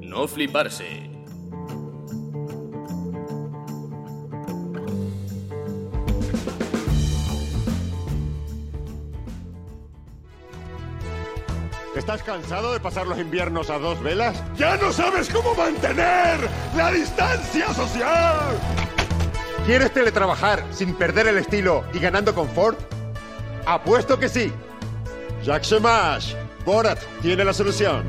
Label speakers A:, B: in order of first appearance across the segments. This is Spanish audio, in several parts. A: no fliparse.
B: ¿Estás cansado de pasar los inviernos a dos velas? ¡Ya no sabes cómo mantener la distancia social! ¿Quieres teletrabajar sin perder el estilo y ganando confort? Apuesto que sí. Jacques Semash, Borat tiene la solución.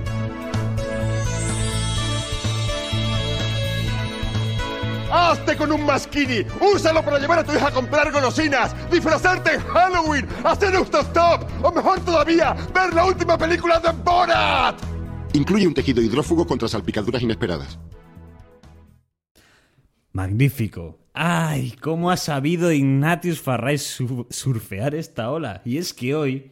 B: ¡Hazte con un masquini! ¡Úsalo para llevar a tu hija a comprar golosinas! ¡Disfrazarte en Halloween! ¡Hacer autostop! ¡O mejor todavía, ver la última película de Borat!
C: Incluye un tejido hidrófugo contra salpicaduras inesperadas.
D: Magnífico. ¡Ay! ¿Cómo ha sabido Ignatius Farray su- surfear esta ola? Y es que hoy,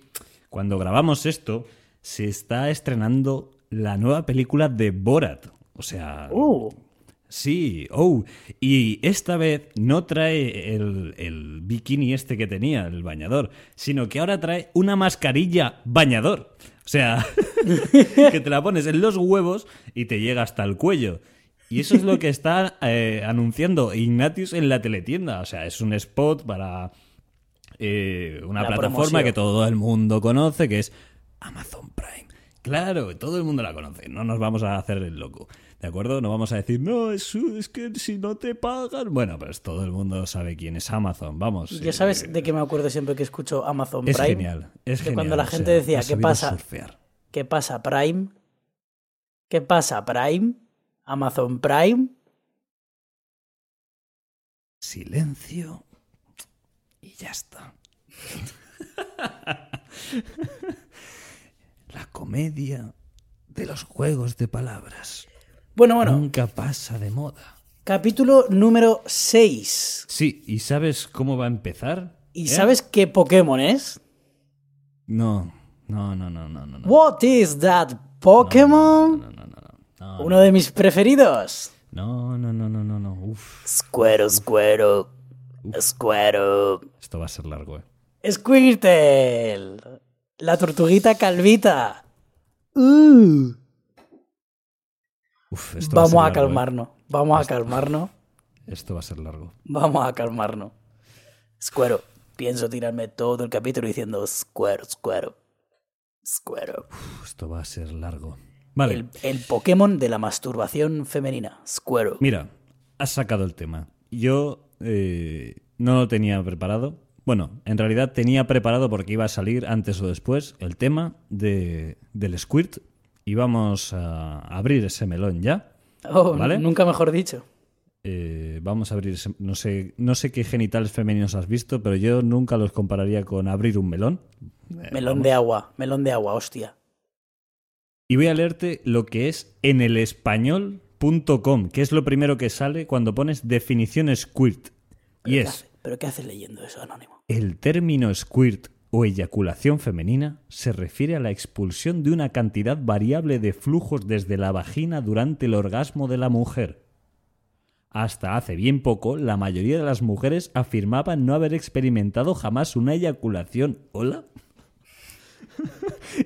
D: cuando grabamos esto, se está estrenando la nueva película de Borat. O sea. Sí, oh. Y esta vez no trae el, el bikini este que tenía, el bañador, sino que ahora trae una mascarilla bañador. O sea, que te la pones en los huevos y te llega hasta el cuello. Y eso es lo que está eh, anunciando Ignatius en la teletienda. O sea, es un spot para eh, una
E: La
D: plataforma
E: promoción.
D: que todo el mundo conoce, que es Amazon Prime. Claro, todo el mundo la conoce. No nos vamos a hacer el loco. ¿De acuerdo? No vamos a decir, no, es, es que si no te pagan. Bueno, pues todo el mundo sabe quién es Amazon. Vamos.
E: Yo
D: eh,
E: sabes de qué me acuerdo siempre que escucho Amazon
D: Es
E: Prime.
D: genial. Es
E: Que
D: genial.
E: cuando la
D: o
E: gente
D: sea,
E: decía,
D: ha
E: ¿qué
D: sabido
E: pasa?
D: surfear.
E: ¿Qué pasa, Prime? ¿Qué pasa, Prime? Amazon Prime.
D: Silencio. Y ya está. la comedia de los juegos de palabras.
E: Bueno, bueno,
D: Nunca pasa de moda.
E: capítulo número 6.
D: Sí, ¿y sabes cómo va a empezar?
E: ¿Y
D: ¿Eh?
E: sabes qué Pokémon es?
D: No, no, no, no, no, no. no.
E: What is that Pokémon?
D: No, no, no, no. No,
E: Uno de mis preferidos.
D: No, no, no, no, no, no. Uf,
E: Squero, Squero. Squero.
D: esto va a ser largo, eh.
E: Squirtle. La tortuguita calvita.
D: Uf, esto va a ser
E: Vamos a
D: largo, eh.
E: calmarnos. Vamos a calmarnos.
D: Esto va a ser largo.
E: Vamos a calmarnos. Squero. Pienso tirarme todo el capítulo diciendo Squero, Squero. Squero.
D: Uf, esto va a ser largo. Vale.
E: El, el Pokémon de la masturbación femenina. Squero.
D: Mira, has sacado el tema. Yo eh, no lo tenía preparado. Bueno, en realidad tenía preparado porque iba a salir antes o después el tema de, del squirt y vamos a abrir ese melón ya.
E: Oh,
D: ¿Vale?
E: Nunca mejor dicho.
D: Eh, vamos a abrir, ese- no sé, no sé qué genitales femeninos has visto, pero yo nunca los compararía con abrir un melón. Eh,
E: melón de agua. Melón de agua, hostia.
D: Y voy a leerte lo que es en el español.com, que es lo primero que sale cuando pones definición squirt. Y
E: ¿Pero qué
D: es
E: hace- ¿Pero qué haces leyendo eso, Anónimo?
D: El término squirt o eyaculación femenina se refiere a la expulsión de una cantidad variable de flujos desde la vagina durante el orgasmo de la mujer. Hasta hace bien poco, la mayoría de las mujeres afirmaban no haber experimentado jamás una eyaculación. ¿Hola?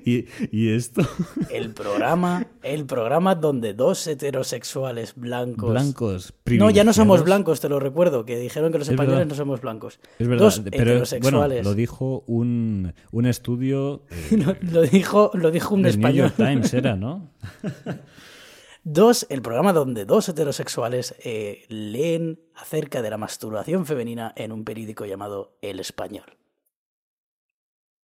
D: y, y esto,
E: El programa, el programa donde dos heterosexuales blancos.
D: blancos
E: No, ya no somos
D: privilegiados.
E: blancos, te lo recuerdo, que dijeron que los
D: Es
E: españoles
D: verdad.
E: no somos blancos.
D: Es verdad,
E: dos
D: pero bueno,
E: heterosexuales.
D: lo dijo un, un estudio eh,
E: lo, lo dijo, lo dijo un
D: del New
E: español.
D: York Times, era, ¿no?
E: Dos, el programa donde dos heterosexuales eh, leen acerca de la masturbación femenina en un periódico llamado El Español.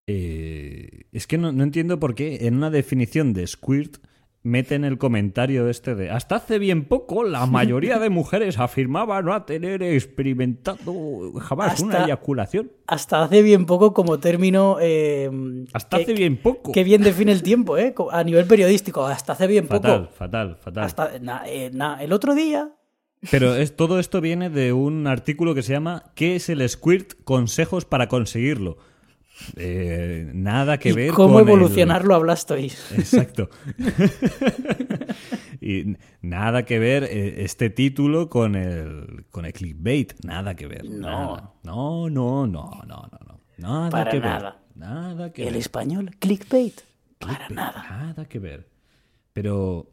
D: Eh, es que no, no entiendo por qué en una definición de squirt meten el comentario este de hasta hace bien poco la mayoría de mujeres afirmaba no a tener experimentado jamás una
E: Hasta-
D: eyaculación.
E: Hasta hace bien poco como término. eh,
D: Hasta
E: que-
D: hace bien poco.
E: Qué bien define el tiempo, ¿eh? Co- A nivel periodístico, hasta hace bien
D: fatal,
E: poco.
D: fatal, fatal.
E: Hasta, na- eh, na- el otro día,
D: Pero es, todo esto viene de un artículo que se llama ¿Qué es el squirt? Consejos para conseguirlo. Eh, nada que
E: ¿Y
D: ver
E: cómo
D: con el-
E: evolucionarlo a Blastoise.
D: Exacto. y n- nada que ver eh, este título con el, con el clickbait. Nada que ver.
E: No.
D: nada. No, no, no, no, no. no. Nada
E: Para
D: que ver.
E: nada.
D: Nada que
E: El
D: ver.
E: español, clickbait. Para
D: Clickbait.
E: nada.
D: Nada que ver. Pero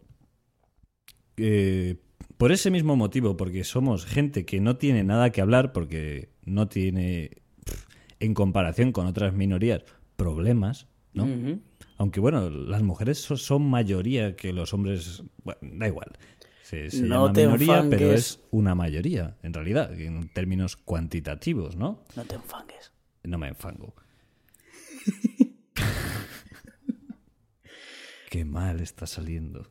D: eh, por ese mismo motivo, porque somos gente que no tiene nada que hablar, porque no tiene, pff, en comparación con otras minorías, problemas, ¿no?
E: Ujú.
D: Aunque bueno, las mujeres so- son mayoría que los hombres, bueno, da igual. Se, se
E: No
D: llama
E: te
D: minoría, pero
E: enfangues.
D: es una mayoría, en realidad, en términos cuantitativos, ¿no?
E: No te enfangues.
D: No me enfango. Qué mal está saliendo.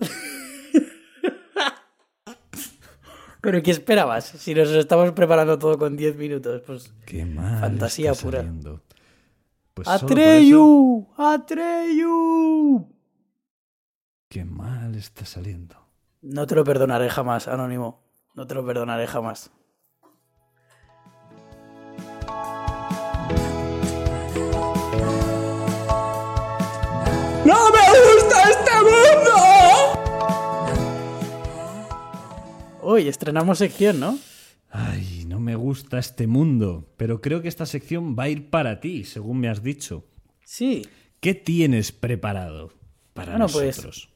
E: Pero ¿qué esperabas? Si nos estamos preparando todo con 10 minutos, pues...
D: Qué mal.
E: Fantasía
D: está
E: pura.
D: saliendo. Pues solo por eso-
E: ¡Atreyu! ¡Atreyu!
D: Qué mal está saliendo.
E: No te lo perdonaré jamás, Anónimo. No te lo perdonaré jamás. ¡No me gusta este mundo! Hoy estrenamos sección, ¿no?
D: Ay, no me gusta este mundo, pero creo que esta sección va a ir para ti, según me has dicho.
E: Sí.
D: ¿Qué tienes preparado para
E: Bueno, pues,
D: nosotros?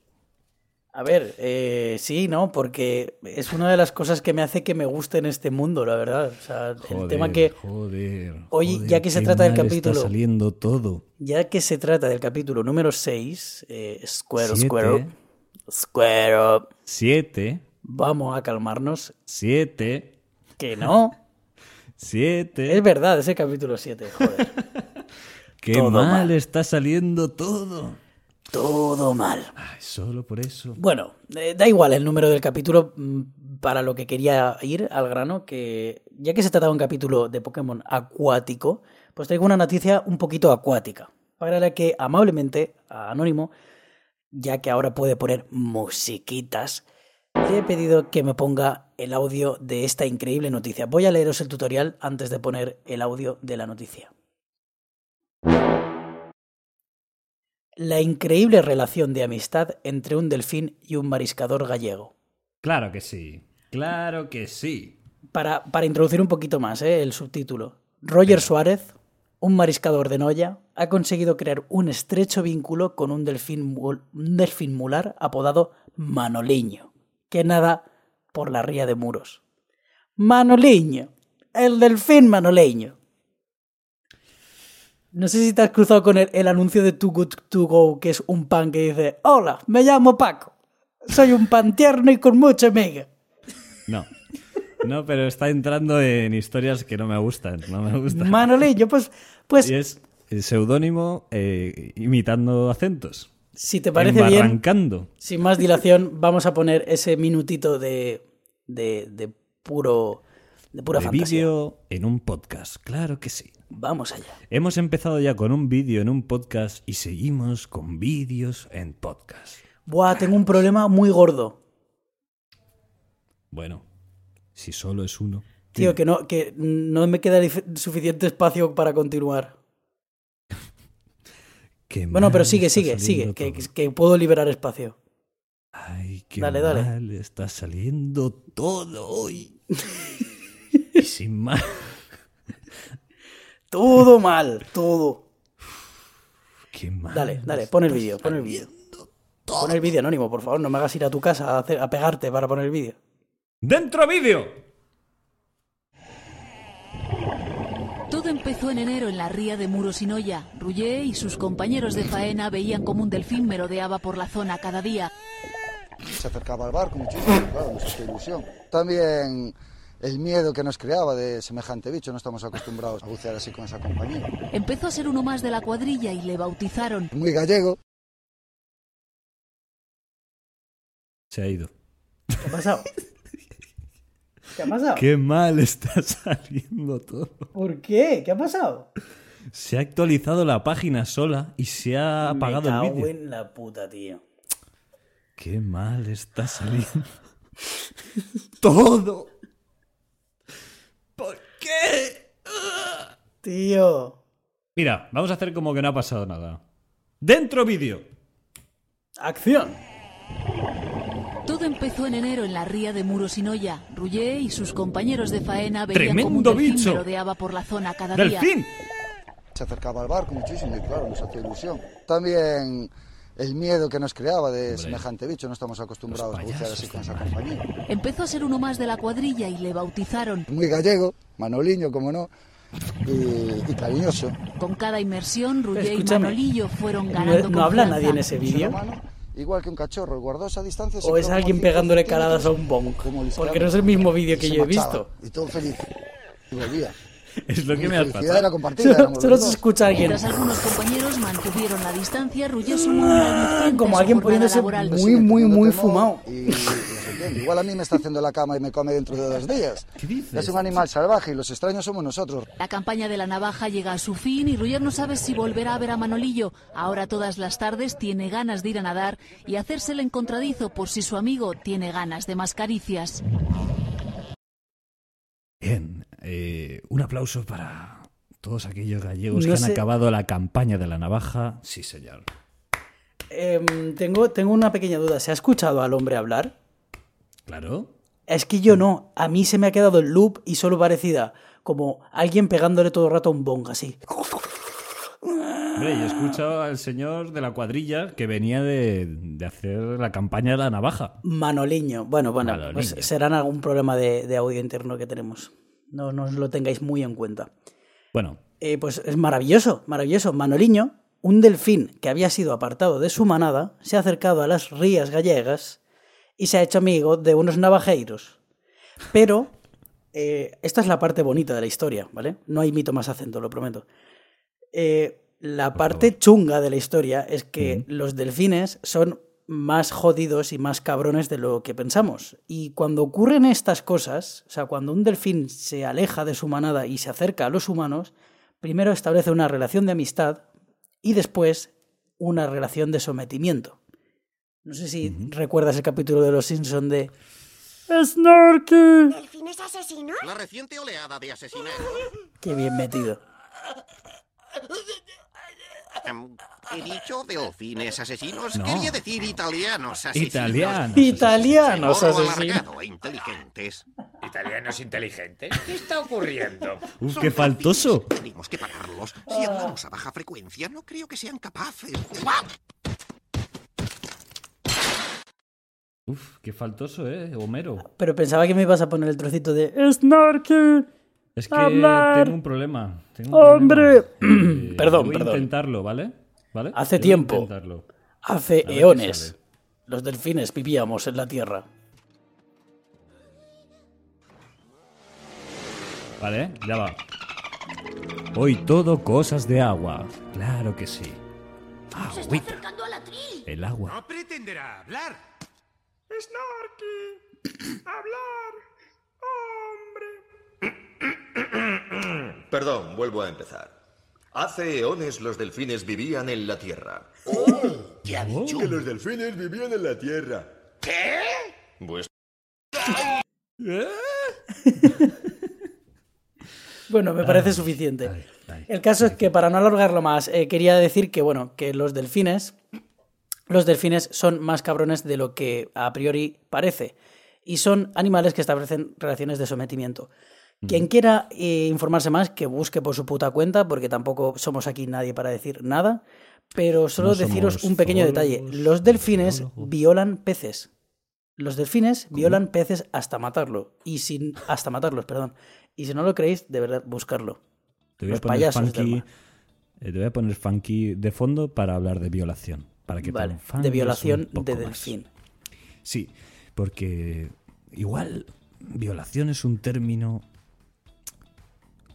E: A ver, eh, sí, ¿no? Porque es una de las cosas que me hace que me guste en este mundo, la verdad. O sea, el
D: Joder,
E: tema que...
D: joder,
E: Oye,
D: joder,
E: ya que se
D: qué
E: trata del
D: mal
E: capítulo.
D: Está saliendo todo.
E: Ya que se trata del capítulo número 6, Square,
D: Siete.
E: Square, Square,
D: Siete,
E: vamos a calmarnos.
D: siete,
E: Que no,
D: siete.
E: es verdad, ese capítulo 7, joder.
D: Qué
E: todo
D: mal
E: mal.
D: está saliendo todo.
E: Todo mal.
D: Ay, solo por eso.
E: Bueno, eh, da igual el número del capítulo mm, para lo que quería ir al grano, que ya que se trata de un capítulo de Pokémon acuático, pues traigo una noticia un poquito acuática, para la que amablemente a Anónimo, ya que ahora puede poner musiquitas, le he pedido que me ponga el audio de esta increíble noticia. Voy a leeros el tutorial antes de poner el audio de la noticia. La increíble relación de amistad entre un delfín y un mariscador gallego.
D: Claro que sí. Claro que sí.
E: para, para introducir un poquito más ¿eh? el subtítulo, Roger Suárez, un mariscador de Noya, ha conseguido crear un estrecho vínculo con un delfín, mul- un delfín mular apodado Manoliño, que nada por la ría de muros. Manoliño, el delfín manoleño. No sé si te has cruzado con el, el anuncio de Too Good To Go, que es un pan que dice, hola, me llamo Paco, soy un pan tierno y con mucha mega.
D: No. No, pero está entrando en historias que no me gustan. No me gustan.
E: Manoliño, pues, pues
D: Y es el seudónimo eh, imitando acentos.
E: Si te parece bien,
D: Embarrancando.
E: sin más dilación, vamos a poner ese minutito de, de, de puro de pura
D: de
E: fantasía.
D: vídeo en un podcast. Claro que sí.
E: Vamos allá.
D: Hemos empezado ya con un vídeo en un podcast y seguimos con vídeos en podcast.
E: Buah, tengo un problema muy gordo.
D: Bueno, si solo es uno.
E: Tío, que no, que no me queda dif- suficiente espacio para continuar.
D: Qué
E: Bueno, pero
D: mal
E: sigue,
D: está
E: sigue, sigue,
D: saliendo
E: que,
D: todo.
E: que puedo liberar espacio.
D: Ay, qué
E: Dale, dale.
D: mal está saliendo todo hoy. y sin más.
E: Todo mal, todo.
D: Qué mal.
E: Dale, dale, pon el vídeo, pon el vídeo. Pon el vídeo anónimo, por favor, no me hagas ir a tu casa a, hacer- a pegarte para poner el vídeo.
D: ¡Dentro vídeo!
A: Todo empezó en enero en la ría de Murosinoya. Rullé y sus compañeros de faena veían como un delfín merodeaba por la zona cada día.
F: se acercaba al barco muchísimo, claro, nos hacía ilusión. También el miedo que nos creaba de semejante bicho, no estamos acostumbrados a bucear así con esa compañía.
A: Empezó a ser uno más de la cuadrilla y le bautizaron.
F: Muy gallego,
D: Se ha ido.
E: ¿Qué ha pasado? ¿Qué ha pasado?
D: Qué mal está saliendo todo.
E: ¿Por qué? ¿Qué ha pasado?
D: Se ha actualizado la página sola y se ha apagado
E: Me cago
D: el vídeo.
E: en la puta, tío.
D: Qué mal está saliendo. Todo. ¿Por qué?
E: Tío.
D: Mira, vamos a hacer como que no ha pasado nada. Dentro vídeo.
E: Acción.
A: Todo empezó en enero en la ría de Murosinoya. Rullé y sus compañeros de faena veían como un
D: ¡Tremendo
A: delfín
D: bicho!
A: merodeaba por la zona cada día.
D: Delfín.
F: se acercaba al barco muchísimo y claro, nos hacía ilusión. También el miedo que nos creaba de
D: Hombre.
F: semejante bicho, no estamos acostumbrados
D: Los
F: a bucear
D: payasos
F: así con
D: de
F: esa
D: mar.
F: compañía.
A: Empezó a ser uno más de la cuadrilla y le bautizaron.
F: Muy gallego, manoliño, como no, y, y cariñoso.
A: Con cada inmersión, Rullé y
E: Escúchame.
A: Manolillo fueron
E: No,
A: ganando
E: no habla
A: confianza.
E: nadie en ese
F: Un ser
E: vídeo.
F: humano, Igual que un cachorro, guardó esa distancia.
E: O es alguien pegándole caladas a un bong. Porque no es el mismo vídeo que yo he visto.
F: Y todo feliz. Y volvía.
D: Es lo que
F: Mi
D: me has
F: felicidad era
D: pasado.
F: compartida.
E: Solo,
F: éramos
E: solo
F: los
E: se
F: dos.
E: escucha a alguien.
A: Mientras algunos compañeros mantuvieron la distancia, Rullé sumó una luz frente a
E: Ah, Como
A: su
E: alguien
A: jornada
E: poniéndose
A: laboral.
E: muy- muy
F: temor
E: fumado.
F: y- y los entiendo. Igual a mí me está haciendo la cama y me come dentro de dos días.
D: ¿Qué dices?
F: Es un animal salvaje y los extraños somos nosotros.
A: La campaña de la navaja llega a su fin y Ruller no sabe si volverá a ver a Manolillo. Ahora todas las tardes tiene ganas de ir a nadar y hacerse el encontradizo por si su amigo tiene ganas de más caricias.
D: Bien, eh, un aplauso para todos aquellos gallegos
E: No
D: que han
E: sé-
D: acabado la campaña de la navaja. Sí, señor.
E: Em, tengo, tengo una pequeña duda. ¿Se ha escuchado al hombre hablar?
D: Claro.
E: Es que yo no. A mí se me ha quedado el loop y solo parecida. Como alguien pegándole todo el rato a un bong así.
D: Hombre, yo he escuchado al señor de la cuadrilla que venía de, de hacer la campaña de la navaja.
E: Manoliño. Bueno, bueno,
D: Manoliño.
E: pues serán algún problema de, de audio interno que tenemos. No, no os lo tengáis muy en cuenta.
D: Bueno,
E: Eh, pues es maravilloso, maravilloso. Manoliño, un delfín que había sido apartado de su manada, se ha acercado a las rías gallegas y se ha hecho amigo de unos navajeiros. Pero eh, esta es la parte bonita de la historia, ¿vale? No hay mito más acento, lo prometo. Eh, la parte chunga de la historia es que los delfines son más jodidos y más cabrones de lo que pensamos. Y cuando ocurren estas cosas, o sea, cuando un delfín se aleja de su manada y se acerca a los humanos, primero establece una relación de amistad y después una relación de sometimiento. No sé si recuerdas el capítulo de Los Simpson de Snorky.
G: ¿Delfines asesinos?
H: La reciente oleada de asesinatos.
E: Qué bien metido.
H: Em, He dicho delfines asesinos.
D: No.
H: Quería decir italianos asesinos.
D: italiano.
E: Italianos
H: Morro
E: asesinos.
H: alargado e inteligentes.
I: ¿Italianos inteligentes? ¿Qué está ocurriendo?
D: Uf,
H: Son
D: qué
H: delfines.
D: faltoso.
H: Tenemos que pararlos. Si hablamos a baja frecuencia, no creo que sean capaces. ¡Guau!
D: Uf, qué faltoso, ¿eh? Homero.
E: Pero pensaba que me ibas a poner el trocito de Snorky.
D: Es que
E: Hablar.
D: tengo un problema. tengo un
E: Hombre.
D: problema. Eh,
E: Perdón,
D: voy
E: perdón.
D: a intentarlo, ¿vale? ¿Vale?
E: Hace
D: Yo voy a
E: tiempo.
D: intentarlo.
E: Hace
D: A ver qué
E: eones
D: sale.
E: los delfines vivíamos en la Tierra.
D: Vale, ya va. Hoy todo cosas de agua. Claro que sí. Agüita.
G: Acercando al atril.
D: El agua.
I: No pretenderá hablar.
J: Perdón, vuelvo a empezar. Hace eones los delfines vivían en la Tierra.
H: Oh,
D: Oh.
J: Que los delfines vivían en la Tierra. Pues ¿Qué?
E: Bueno,
D: Ah,
E: me parece suficiente.
D: Ay, ay.
E: El caso es que para no alargarlo más, eh, quería decir que bueno, que los delfines, los delfines son más cabrones de lo que a priori parece y son animales que establecen relaciones de sometimiento. Quien quiera eh, informarse más, que busque por su puta cuenta, porque tampoco somos aquí nadie para decir nada. Pero solo
D: No
E: deciros
D: somos
E: un pequeño detalle:
D: zoólogos,
E: los delfines
D: biólogos.
E: violan peces. Los delfines violan peces hasta matarlo. Y sin. hasta matarlos, perdón. Y si no lo creéis, de verdad, buscarlo.
D: Te voy,
E: Los
D: a poner
E: payasos del
D: funky,
E: mar.
D: eh, te voy a poner funky de fondo para hablar de violación. Para que te
E: Vale.
D: enfangues
E: De
D: un
E: violación de
D: poco más.
E: delfín.
D: Sí, porque igual violación es un término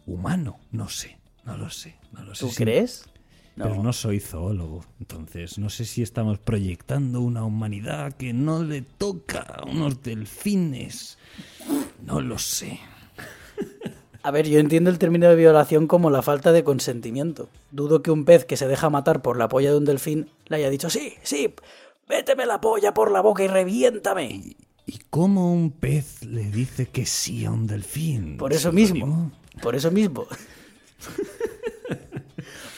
D: humano. No sé, no lo sé. No lo sé
E: ¿Tú
D: si-
E: crees?
D: Pero no soy zoólogo, entonces no sé si estamos proyectando una humanidad que no le toca a unos delfines. No lo sé.
E: A ver, yo entiendo el término de violación como la falta de consentimiento. Dudo que un pez que se deja matar por la polla de un delfín le haya dicho, sí, sí, méteme la polla por la boca y reviéntame.
D: ¿Y cómo un pez le dice que sí a un delfín?
E: Por eso
D: Jerónimo?
E: mismo. Por eso mismo.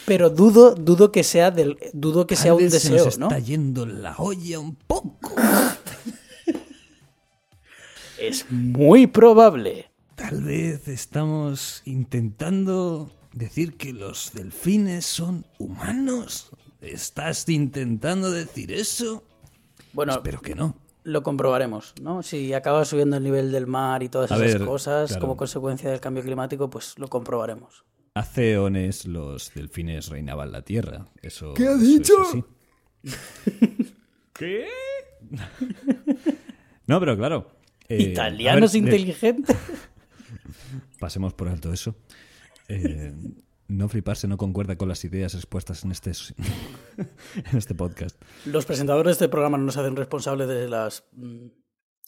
E: Pero dudo, dudo que sea del, dudo que sea
D: Tal
E: un
D: vez se
E: deseo,
D: nos
E: ¿no?
D: está yendo la olla un poco.
E: Es muy probable.
D: Tal vez estamos intentando decir que los delfines son humanos. ¿Estás intentando decir eso?
E: Bueno,
D: Espero que no.
E: lo comprobaremos, ¿no? Si acaba subiendo el nivel del mar y todas
D: A
E: esas
D: ver,
E: cosas
D: claro.
E: como consecuencia del cambio climático, pues lo comprobaremos.
D: Hace ones los delfines reinaban la tierra. Eso,
E: ¿Qué ha
D: eso es
E: dicho?
D: así. ¿Qué? no, pero claro. eh, a
E: Italianos
D: ver, de-
E: inteligentes.
D: Pasemos por alto eso. Eh, no fliparse no concuerda con las ideas expuestas en este, en este podcast.
E: Los presentadores de este programa no nos hacen responsables de las mm,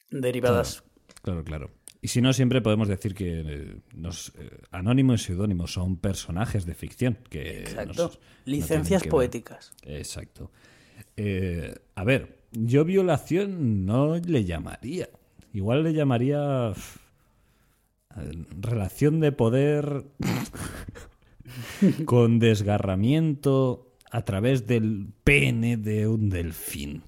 E: derivadas.
D: Claro, claro. Y si no, siempre podemos decir que eh, nos, eh, Anónimo y Seudónimo son personajes de ficción. Que
E: Exacto.
D: nos- no
E: Licencias
D: tienen que ver.
E: poéticas.
D: Exacto. Eh, a ver, yo violación no le llamaría. Igual le llamaría uf, eh, relación de poder con desgarramiento a través del pene de un delfín.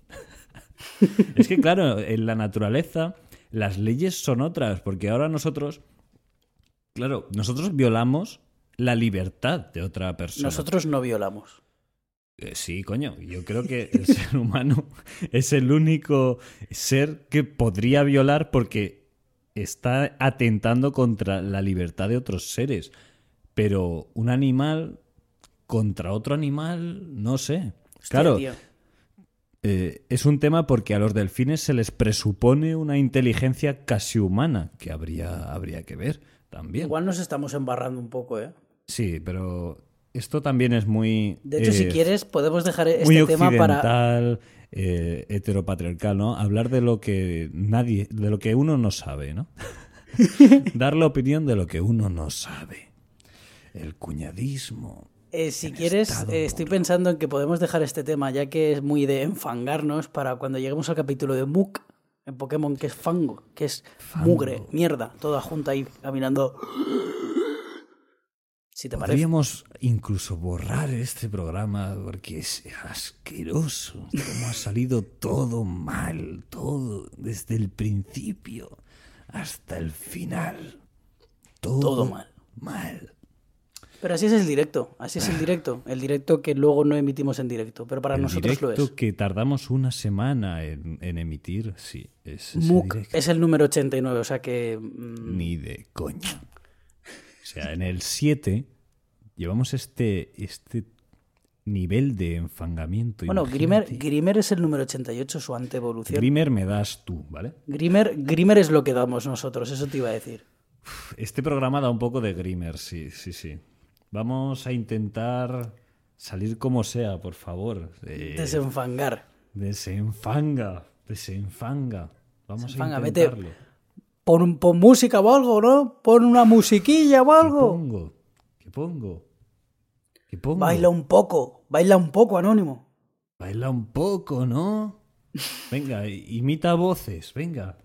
D: es que claro, en la naturaleza las leyes son otras, porque ahora nosotros, claro, nosotros violamos la libertad de otra persona.
E: Nosotros no violamos.
D: Eh, Sí, coño, yo creo que el ser humano es el único ser que podría violar porque está atentando contra la libertad de otros seres. Pero un animal contra otro animal, no sé.
E: Hostia,
D: claro,
E: Este tío.
D: eh, es un tema porque a los delfines se les presupone una inteligencia casi humana que habría, habría que ver también.
E: Igual nos estamos embarrando un poco, ¿eh?
D: Sí, pero esto también es muy...
E: De hecho, si
D: eh,
E: quieres, podemos dejar este
D: muy
E: tema para.
D: occidental, eh, heteropatriarcal, ¿no? Hablar de lo que nadie, de lo que uno no sabe, ¿no? Dar la opinión de lo que uno no sabe. El cuñadismo.
E: Eh, si
D: en
E: quieres,
D: estado
E: eh, estoy
D: puro.
E: pensando en que podemos dejar este tema, ya que es muy de enfangarnos para cuando lleguemos al capítulo de Muk en Pokémon, que es fango, que es mugre, mierda, toda junta ahí caminando. Si te parece.
D: Podríamos incluso borrar este programa porque es asqueroso. Cómo ha salido todo mal, todo, desde el principio hasta el final. Todo,
E: Todo mal.
D: Mal.
E: Pero así es el directo, así es el directo. El directo que luego no emitimos en directo, pero para
D: El
E: nosotros lo
D: directo
E: es.
D: que tardamos una semana en, en emitir, sí, pues, es ese
E: Muk
D: directo.
E: es el número 89, o sea que. mm,
D: Ni de coña. O sea, en el 7 llevamos este, este nivel de enfangamiento.
E: Bueno, Grimer,
D: imagínate.
E: Grimer es el número 88, su antevolución.
D: Grimer me das tú, ¿vale?
E: Grimer, Grimer es lo que damos nosotros, eso te iba a decir.
D: Este programa da un poco de Grimer, sí, sí, sí. Vamos a intentar salir como sea, por favor. Eh,
E: Desenfangar.
D: desenfanga, desenfanga. Vamos
E: Desenfanga,
D: a
E: vete.
D: intentarlo.
E: Pon, un- pon música o algo, ¿no? Pon una musiquilla o
D: ¿Qué
E: algo.
D: pongo? ¿Qué pongo? ¿Qué pongo?
E: Baila un poco, baila un poco, Anónimo.
D: Baila un poco, ¿no? Venga, i- imita voces, venga.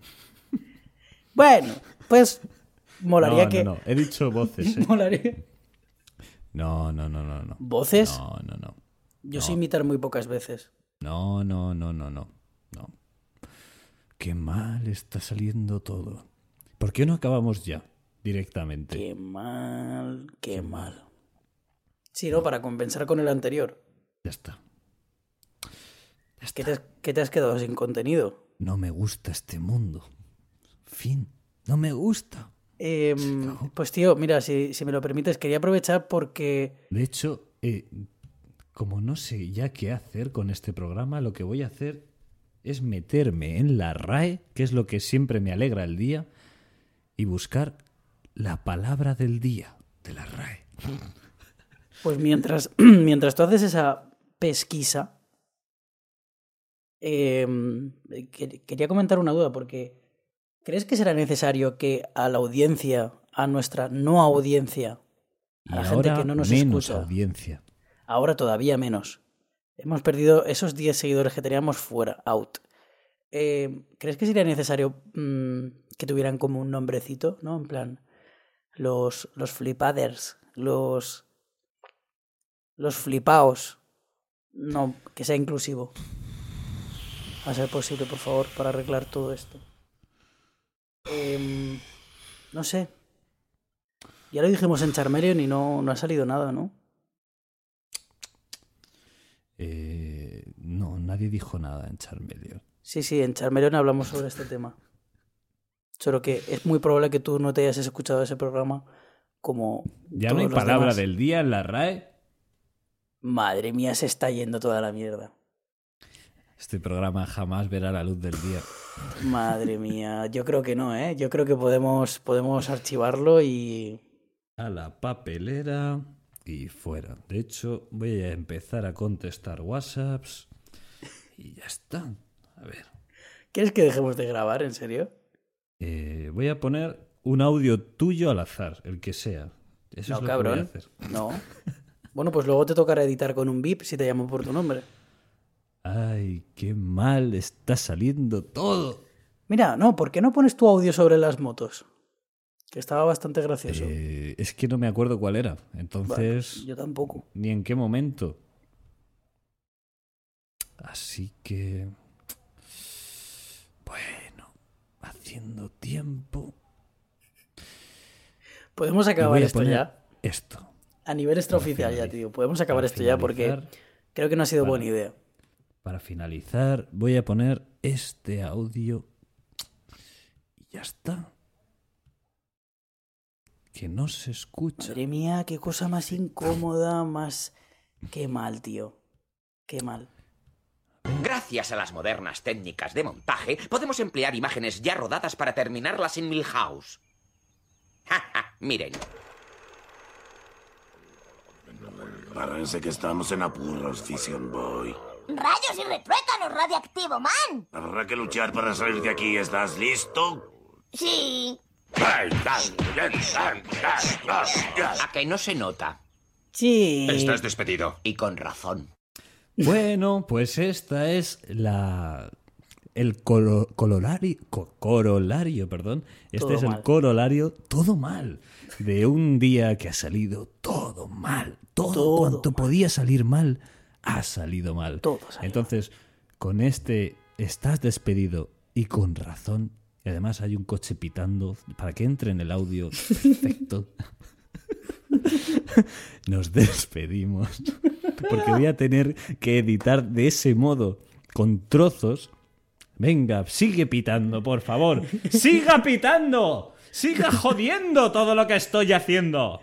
E: Bueno, pues molaría
D: no, no,
E: que...
D: no, he dicho voces. ¿eh?
E: molaría-
D: No, no, no, no, no.
E: ¿Voces?
D: No, no, no.
E: Yo sé imitar muy pocas veces.
D: No, no, no, no, no. No. Qué mal está saliendo todo. ¿Por qué no acabamos ya directamente?
E: Qué mal, qué mal. Sí, ¿no? Para compensar con el anterior.
D: Ya está.
E: ¿Qué te, has- que te has quedado sin contenido?
D: No me gusta este mundo. Fin. No me gusta.
E: Em, pues tío, mira, si, si me lo permites, quería aprovechar porque...
D: De hecho, eh, como no sé ya qué hacer con este programa, lo que voy a hacer es meterme en la RAE, que es lo que siempre me alegra el día, y buscar la palabra del día de la RAE.
E: Pues mientras, mientras tú haces esa pesquisa, em, que- quería comentar una duda, porque ¿crees que será necesario que a la audiencia, a nuestra no audiencia,
D: Y
E: a
D: ahora
E: la gente que no nos
D: menos
E: escucha,
D: audiencia.
E: ahora todavía menos, hemos perdido esos 10 seguidores que teníamos fuera, out? Em, ¿Crees que sería necesario mm, que tuvieran como un nombrecito, ¿no? En plan, los, los flipaders, los, los flipaos. No, que sea inclusivo. A ser posible, por favor, para arreglar todo esto. Em, no sé. Ya lo dijimos en Charmeleon y no, no ha salido nada, ¿no?
D: Eh, no, nadie dijo nada en Charmeleon.
E: Sí, sí, en Charmeleon hablamos sobre este tema. Solo que es muy probable que tú no te hayas escuchado ese programa como.
D: Ya
E: todos
D: no hay
E: los
D: palabra
E: demás.
D: del día en la RAE.
E: Madre mía, se está yendo toda la mierda.
D: Este programa jamás verá la luz del día.
E: Madre mía, yo creo que no, ¿eh? Yo creo que podemos, podemos archivarlo y.
D: A la papelera y fuera. De hecho, voy a empezar a contestar WhatsApps y ya está. A ver,
E: ¿Quieres que dejemos de grabar, en serio?
D: eh, voy a poner un audio tuyo al azar, el que sea. Eso es
E: No,
D: lo que voy
E: cabrón.
D: a hacer.
E: No. Bueno, pues luego te tocará editar con un bip si te llamo por tu nombre.
D: Ay, qué mal está saliendo todo.
E: Mira, no, ¿por qué no pones tu audio sobre las motos? Que estaba bastante gracioso.
D: Eh, es que no me acuerdo cuál era. Entonces,
E: Yo tampoco.
D: ni en qué momento. Así que... Bueno, haciendo tiempo.
E: Podemos
D: Y
E: acabar
D: voy a
E: esto
D: poner
E: ya.
D: Esto.
E: A nivel extraoficial ya,
D: finalizar.
E: tío. Podemos acabar
D: Para
E: esto ya porque
D: finalizar.
E: creo que no ha sido
D: Vale.
E: buena idea.
D: Para finalizar, voy a poner este audio. Y ya está. Que no se escucha.
E: Madre mía, qué cosa más incómoda, más... Qué mal, tío. Qué mal.
H: Gracias a las modernas técnicas de montaje, podemos emplear imágenes ya rodadas para terminarlas en Milhouse. Ja, ja, miren.
G: Parece que estamos en apuros, Vision Boy.
K: ¡Rayos y retruécanos, radioactivo, man!
G: Habrá que luchar para salir de aquí. ¿Estás listo?
K: Sí.
H: A que no se nota.
E: Sí.
H: despedido. Y con razón.
D: Bueno, pues esta es la. El colo- colorari- co- corolario, perdón. Este
E: Todo
D: es el
E: mal.
D: corolario, todo mal, de un día que ha salido todo mal. Todo,
E: Todo
D: cuanto podía salir mal, ha salido mal.
E: Todo salió mal.
D: Entonces, con este estás despedido y con razón. Y además hay un coche pitando para que entre en el audio perfecto. Nos despedimos. Porque voy a tener que editar de ese modo, con trozos. Venga, sigue pitando, por favor. ¡Siga pitando! ¡Siga jodiendo todo lo que estoy haciendo!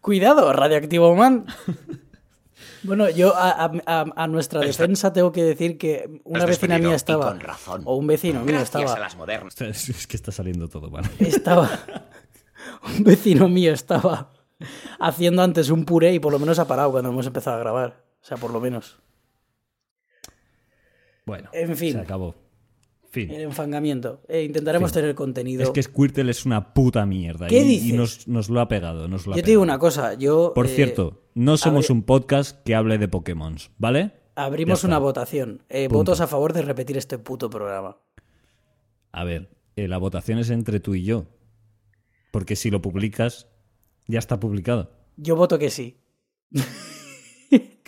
E: Cuidado, radioactivo man. Bueno, yo a, a- a- a nuestra defensa tengo que decir que una
H: Has
E: vecina
H: despedido, y
E: mía estaba.
H: con razón.
E: O un vecino mío
H: Gracias a
E: estaba.
H: las modernas.
D: Es es que está saliendo todo mal.
E: Estaba. Un vecino mío estaba haciendo antes un puré y por lo menos ha parado cuando hemos empezado a grabar. O sea, por lo menos.
D: Bueno,
E: En fin.
D: se acabó.
E: El
D: Fin.
E: enfangamiento. Eh, intentaremos
D: Sí.
E: tener contenido.
D: Es que Squirtle es una puta mierda.
E: ¿Qué
D: y, y
E: dices?
D: nos, nos lo ha pegado. Nos lo ha
E: yo te digo
D: pegado.
E: una cosa. Yo.
D: Por
E: eh,
D: cierto, no somos
E: abri-
D: un podcast que hable de Pokémon, ¿vale? Ya
E: Abrimos
D: está.
E: una votación. Eh,
D: Punto.
E: votos a favor de repetir este puto programa.
D: A ver, eh, la votación es entre tú y yo. Porque si lo publicas, ya está publicado.
E: Yo voto que sí. Si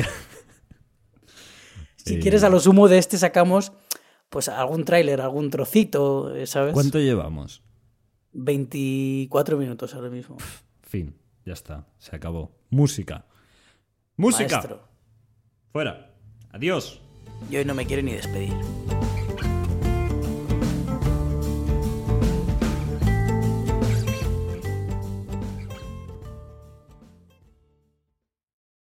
D: Eh,
E: quieres, a lo sumo de este sacamos pues algún tráiler, algún trocito, eh, ¿sabes?
D: ¿Cuánto llevamos?
E: 24 minutos ahora mismo.
D: Fin, ya está, se acabó. Música. Música.
E: Maestro,
D: Fuera. Adiós.
E: yo hoy no me quiero ni despedir.